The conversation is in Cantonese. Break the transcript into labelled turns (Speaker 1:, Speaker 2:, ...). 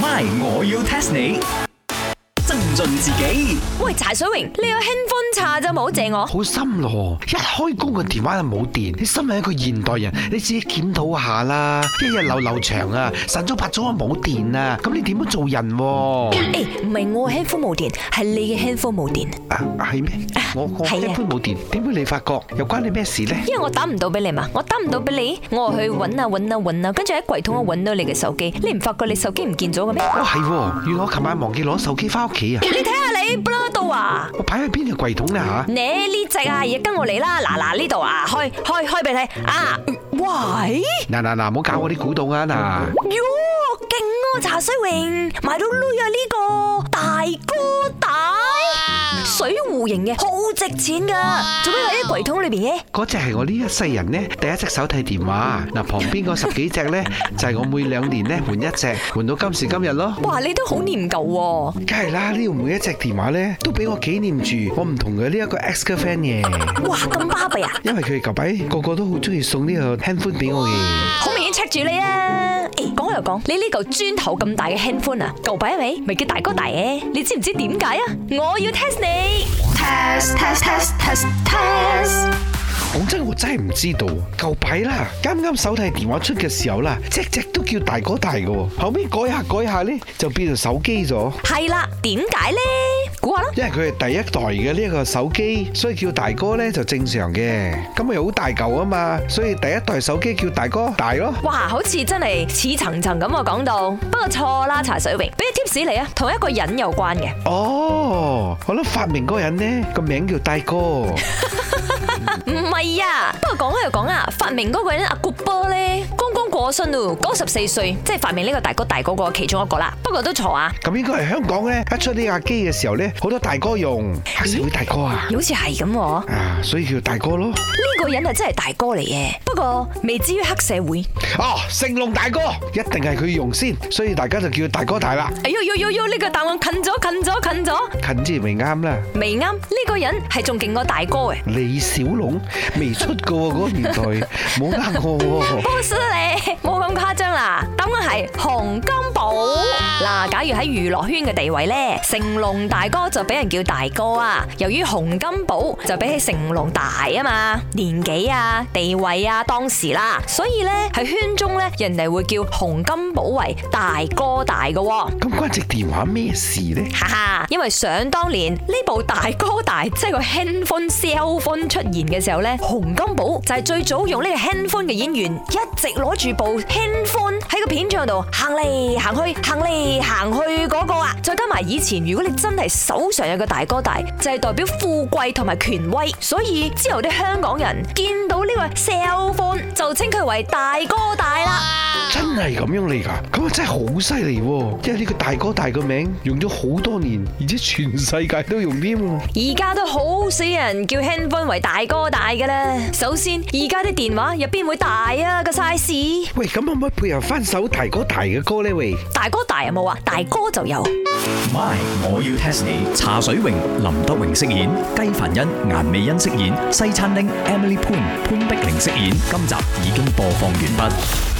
Speaker 1: My，我要 test 你。增進自己
Speaker 2: 喂，柴水榮，你有輕風茶就冇借我。
Speaker 3: 好心咯，一開工個電話就冇電。你身為一個現代人，你自己檢討下啦。一日流流長啊，晨早八早啊冇電啊，咁你點樣做人喎？
Speaker 2: 誒、唔係我嘅 handphone 冇電，係你嘅 handphone 冇電，
Speaker 3: 啊，係咩？我我
Speaker 2: 係啊
Speaker 3: 一般冇電，點會你發覺？又關你咩事呢？
Speaker 2: 因為我打唔到俾你嘛，我打唔到俾你，我去揾啊揾啊揾啊，跟住喺櫃桶我揾到你嘅手機，你唔發覺你手機唔見咗嘅咩？
Speaker 3: 哦，係喎，原來我琴晚忘記攞手機翻屋企啊！
Speaker 2: 你睇下你不啦到啊！
Speaker 3: 我擺喺邊條櫃桶呢？吓？
Speaker 2: 你呢只啊，嘢跟我嚟啦！嗱嗱呢度啊，開開開俾你睇啊！喂，
Speaker 3: 嗱嗱嗱，唔好搞我啲古董啊嗱！
Speaker 2: 喲，勁啊！茶水榮買到鐳啊呢個大哥大，水壺型嘅，好值錢噶。做咩喺啲櫃桶裏邊嘅？
Speaker 3: 嗰隻係我呢一世人呢第一隻手提電話，嗱旁邊嗰十幾隻呢，就係我每兩年呢換一隻，換到今時今日咯。
Speaker 2: 哇，你都好念舊喎、
Speaker 3: 梗係啦，呢度每一隻電話咧都俾我紀念住我唔同嘅呢一個 ex girlfriend 嘅，
Speaker 2: 哇，咁巴閉啊！
Speaker 3: 因為佢哋舊底個個都好中意送呢個 handphone 俾我嘅。
Speaker 2: 好明顯 check 住你啊！誒、講又講，你呢嚿磚頭咁大嘅 handphone 啊，舊擺係咪？咪叫大哥大嘅？你知唔知點解啊？我要 test 你。
Speaker 4: test test test test test
Speaker 3: 講真，我真係唔知道，舊底啦，啱啱手提電話出嘅時候啦，隻隻都叫大哥大嘅喎，後尾改下改下咧就變做手機咗。
Speaker 2: 係啦，點解咧？估下啦。
Speaker 3: 因為佢係第一代嘅呢一個手機，所以叫大哥呢就正常嘅。咁咪好大嚿啊嘛，所以第一代手機叫大哥大咯。
Speaker 2: 哇，好似真係似層層咁啊！講到，不過錯啦，茶水榮，俾個 tips 你啊，同一個人有關嘅。
Speaker 3: 哦，我諗發明嗰個人呢個名叫大哥。
Speaker 2: 唔係啊，不過講開又講啊，發明嗰個人阿古波咧，剛剛過身咯，九十四歲，即係發明呢個大哥大嗰個其中一個啦。不過都錯啊，
Speaker 3: 咁應該係香港呢，一出呢架機嘅時候呢，好多大哥用黑社會大哥啊，
Speaker 2: 好似係咁喎。
Speaker 3: 啊，所以叫大哥咯。
Speaker 2: 呢個人啊真係大哥嚟嘅，不過未至於黑社會。
Speaker 3: 哦，成龍大哥一定係佢用先，所以大家就叫大哥大啦。
Speaker 2: 哎呦呦呦呦，呢個答案近咗近咗近咗，
Speaker 3: 近之咪啱啦。
Speaker 2: 未啱。呢個人係仲勁過大哥嘅
Speaker 3: 李小龍未出過喎嗰個年代，冇呃我喎。
Speaker 2: ，boss 你冇咁誇張啦。答案係洪金寶。嗱，假如喺娛樂圈嘅地位呢，成龍大哥就俾人叫大哥啊。由於洪金寶就比起成龍大啊嘛，年紀啊、地位啊、當時啦，所以呢，喺圈中呢，人哋會叫洪金寶為大哥大嘅喎。
Speaker 3: 咁關隻電話咩事呢？
Speaker 2: 哈哈，因為想當年呢部大哥大即係個 handphone cell phone 出現嘅時候呢，洪金寶就係最早用呢個 handphone 嘅演員，一直攞住部 handphone 喺個片場度行嚟行去，行嚟行去嗰個啊！再加埋以前，如果你真係手上有個大哥大，就係代表富貴同埋權威，所以之後啲香港人見到呢個 cell phone 就稱佢為大哥大啦。
Speaker 3: 真係咁樣嚟㗎，咁啊真係好犀利喎！因為呢個大哥大個名用咗好多年，而且全世界都用添喎。
Speaker 2: 而家都好少人叫 handphone 為大哥大噶啦。首先，而家啲電話入邊會大啊個 size，
Speaker 3: 喂，咁可唔可以配合翻首大哥大嘅歌呢？喂？
Speaker 2: 大哥大有冇啊？大哥就有。
Speaker 1: ，My，我要 test 你。茶水榮、林德榮飾演，雞凡欣、顏美欣飾演，西餐廳 Emily Poon 潘碧玲飾演。今集已經播放完畢。